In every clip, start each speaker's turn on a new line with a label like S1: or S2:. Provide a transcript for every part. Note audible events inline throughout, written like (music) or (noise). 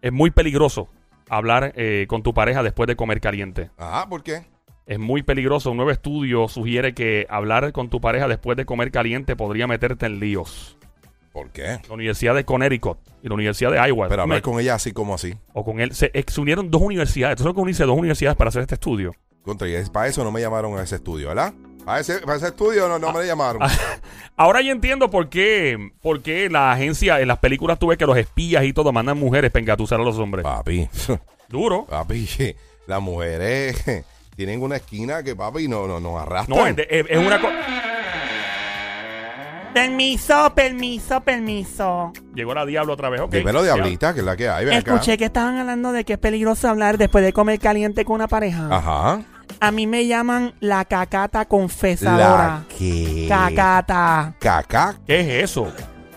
S1: Es muy peligroso hablar eh, con tu pareja después de comer caliente.
S2: Ajá, Ah, ¿por qué?
S1: Es muy peligroso. Un nuevo estudio sugiere que hablar con tu pareja después de comer caliente podría meterte en líos.
S2: ¿Por qué?
S1: La Universidad de Connecticut y la Universidad de Iowa.
S2: Pero hablar
S1: Me-
S2: con ella así como así.
S1: O con él. Se, eh, se unieron dos universidades. Esto es lo que unice dos universidades para hacer este estudio.
S2: Contra, y es- para eso no me llamaron a ese estudio, ¿verdad? Para ese, para ese estudio no, no me
S1: Ah,
S2: llamaron.
S1: Ahora ya entiendo por qué, por qué la agencia, en las películas tuve que los espías y todo mandan mujeres para engatusar a los hombres.
S2: (laughs) Papi, (laughs)
S1: Duro.
S2: papi, (laughs) las mujeres (laughs) tienen una esquina que papi no, no, nos arrastran.
S1: No, es, de- es- es una cosa.
S3: Permiso, permiso, permiso.
S1: Llegó la diablo otra vez, ok.
S2: Dímelo,
S1: Ya.
S2: diablita, que es la que hay. Ven acá.
S3: Escuché que estaban hablando de que es peligroso hablar después de comer caliente con una pareja.
S2: Ajá.
S3: A mí me llaman la cacata
S2: La
S3: confesadora.
S2: que.
S3: Cacata.
S2: Caca.
S1: ¿Qué es eso?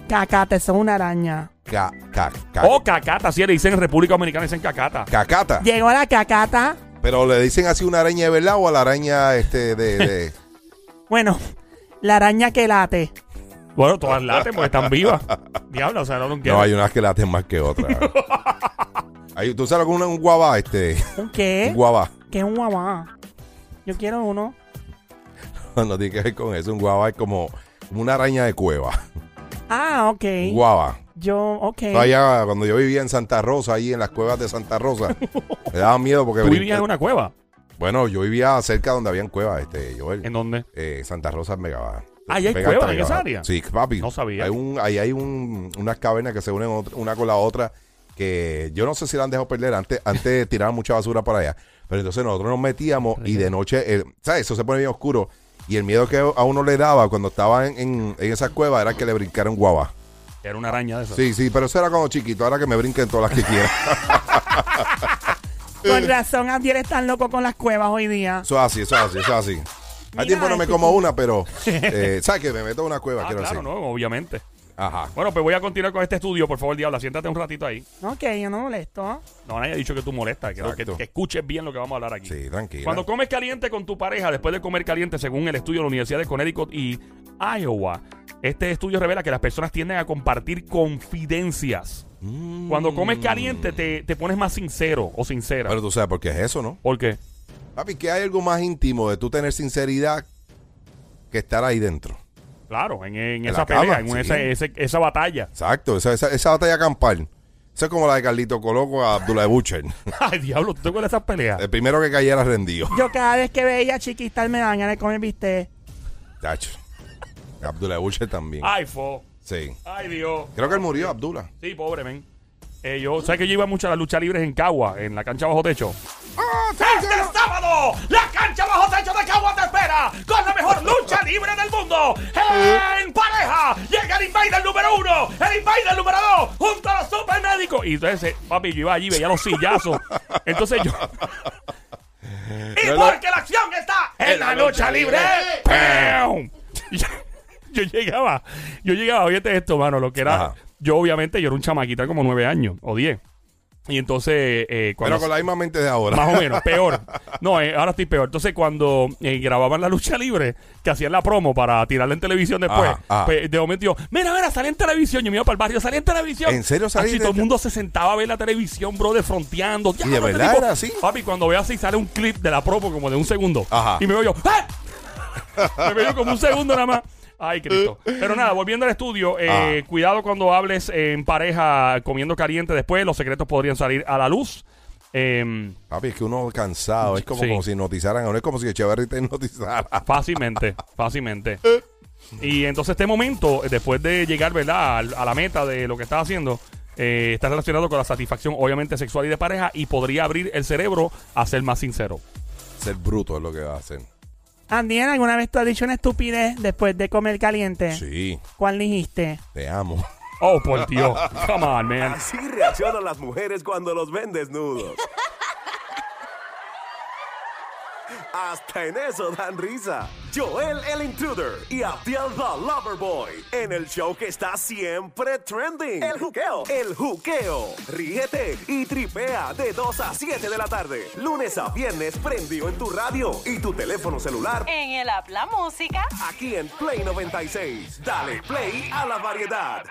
S3: Cacata, eso es una araña.
S2: Ca, ca, ca-
S1: Oh, cacata. Si le dicen en República Dominicana, dicen cacata.
S2: Cacata.
S3: Llegó la cacata.
S2: Pero le dicen así una araña de verdad o a la araña este
S1: (laughs)
S2: de. de-
S3: Bueno, la araña que late.
S1: Bueno, todas
S2: (laughs)
S1: laten porque están vivas. Diablo, o sea, no lo entiendo.
S2: No, hay unas que laten más
S1: (laughs)
S2: que otras. Hay- Tú sabes con un guabá, este.
S3: ¿Un
S1: ¿Eh?
S2: Un
S3: qué?
S2: (laughs) guabá.
S3: ¿Qué es un guabá? Yo quiero uno.
S2: No tiene que ver con eso. Un guabá es como una araña de cueva.
S3: Ah, ok.
S2: Un guabá.
S3: Yo, ok.
S2: Allá, cuando yo vivía en Santa Rosa, ahí en las cuevas de
S1: (laughs)
S2: Santa Rosa, me daba miedo porque.
S1: ¿Tú
S2: brin-
S1: vivías en una cueva?
S2: Bueno, yo vivía cerca donde habían cuevas, este, Joel.
S1: ¿En dónde?
S2: eh, Santa Rosa Megabá.
S1: Ah, ¿y hay cuevas en esa área?
S2: Sí, papi.
S1: No sabía.
S2: Hay un, ahí hay un- unas cavernas que se unen ot- una con la otra que yo no sé si la han dejado perder. Antes, antes (laughs) tiraban mucha basura para allá. Pero entonces nosotros nos metíamos y de noche, eh, ¿sabes? Eso se pone bien oscuro. Y el miedo que a uno le daba cuando estaba en, en, en esa cueva era que le brincaran guava.
S1: Era una araña de esas.
S2: Sí, sí, pero eso era cuando chiquito. Ahora que me brinquen todas las que
S1: (laughs)
S2: quieran.
S3: Con razón, Adiel es tan loco con las cuevas hoy día.
S2: Eso es así, eso es así, eso es así. Hay
S3: Mira,
S2: tiempo no
S3: es
S2: me
S3: que
S2: como
S1: (laughs)
S2: una, pero eh, ¿sabes que Me meto en una cueva,
S1: Ah,
S2: quiero
S1: claro,
S2: decir.
S1: no, obviamente.
S2: Ajá.
S1: Bueno, pues voy a continuar con este estudio. Por favor, Diabla, siéntate un ratito ahí.
S3: Ok, yo no molesto.
S1: No, nadie ha dicho que tú molestas. Quiero que,
S2: Exacto.
S1: que escuches bien lo que vamos a hablar aquí.
S2: Sí, tranquila.
S1: Cuando comes caliente con tu pareja, después de comer caliente, según el estudio de la Universidad de Connecticut y Iowa, este estudio revela que las personas tienden a compartir confidencias.
S2: Mm.
S1: Cuando comes caliente, te, te pones más sincero o sincera.
S2: Pero tú sabes por qué es eso, ¿no?
S1: ¿Por qué?
S2: Papi, que hay algo más íntimo de tú tener sinceridad que estar ahí dentro.
S1: Claro, en, en
S2: En
S1: esa
S2: la cama,
S1: pelea, en
S2: sí.
S1: esa, ese- esa batalla.
S2: Exacto, esa, esa, esa batalla campal. Esa es como la de Carlito Coloco a Abdullah Butcher.
S1: (laughs)
S2: (laughs)
S1: Ay, diablo, ¿tú te acuerdas de esas peleas?
S2: El primero que cayera rendido.
S3: Yo cada vez que veía a Chiquita me daban ganas de comer bistec.
S2: Chacho. Abdullah Butcher también.
S1: Ay, fo.
S2: Sí.
S1: Ay, Dios.
S2: Creo que él murió, Abdullah.
S1: Sí, pobre, men. Eh, yo, ¿Sabes que yo iba mucho a las luchas libres en Cagua, en la cancha bajo techo? ¡Este sábado! ¡La cancha bajo techo de Cagua te espera! ¡Con la mejor lucha libre del mundo! ¡En pareja! ¡Llega el Invader número uno! ¡El Invader número dos! ¡Junto a los supermédicos! Y entonces, eh, papi, yo iba allí, veía los sillazos. Entonces (laughs) yo... ¡Y porque la acción está en la lucha libre! ¡Pam! Y Yo, yo llegaba, yo llegaba, oíste esto, mano, lo que era...
S2: Ajá.
S1: Yo obviamente, yo era un chamaquita como nueve años o diez. Y entonces, eh, cuando...
S2: Pero con la misma mente de ahora.
S1: Más o
S2: (laughs)
S1: menos, peor. No, eh, ahora estoy peor. Entonces, cuando eh, grababan la lucha libre, que hacían la promo para tirarla en televisión después,
S2: Ajá, ajá.
S1: pues, de momento yo, mira, mira, salí en televisión. Yo me iba para el barrio, salí en televisión.
S2: ¿En serio salí
S1: Así
S2: de-
S1: todo el mundo se sentaba a ver la televisión, bro, de fronteando. Ya,
S2: ¿Y de
S1: no te
S2: verdad
S1: digo.
S2: era así?
S1: Papi, cuando veo así, sale un clip de la promo como de un segundo.
S2: Ajá.
S1: Y me veo yo, ¡ah! me veo yo como un segundo nada más. Ay, Cristo. Pero nada, volviendo al estudio, eh,
S2: Ah.
S1: cuidado cuando hables en pareja comiendo caliente después, los secretos podrían salir a la luz. Em,
S2: Papi, es que uno cansado. Es como,
S1: Sí.
S2: como si hipnotizaran. a uno, Es como si Echeverry te hipnotizara.
S1: Fácilmente, fácilmente. Y entonces este momento, eh, después de llegar, ¿verdad? al- A, la meta de lo que estás haciendo, eh, está relacionado con la satisfacción, obviamente, sexual y de pareja, y podría abrir el cerebro a ser más sincero.
S2: (laughs) Ser bruto es lo que va a hacer.
S3: Andiel, ¿alguna vez tú has dicho una estupidez después de comer caliente?
S1: Eh.
S2: Sí,
S3: ¿Cuál dijiste?
S2: te amo.
S1: Oh, por Dios. Come on, man.
S4: Así reaccionan las mujeres cuando los ven desnudos. Hasta en eso dan risa. Joel el Intruder y Abdiel the Loverboy en el show que está siempre trending. El juqueo. El juqueo. Ríete y tripea de 2 a 7 de la tarde. Lunes a viernes prendió en tu radio y tu teléfono celular.
S5: En el habla música.
S4: Aquí en Play 96. Dale play a la variedad.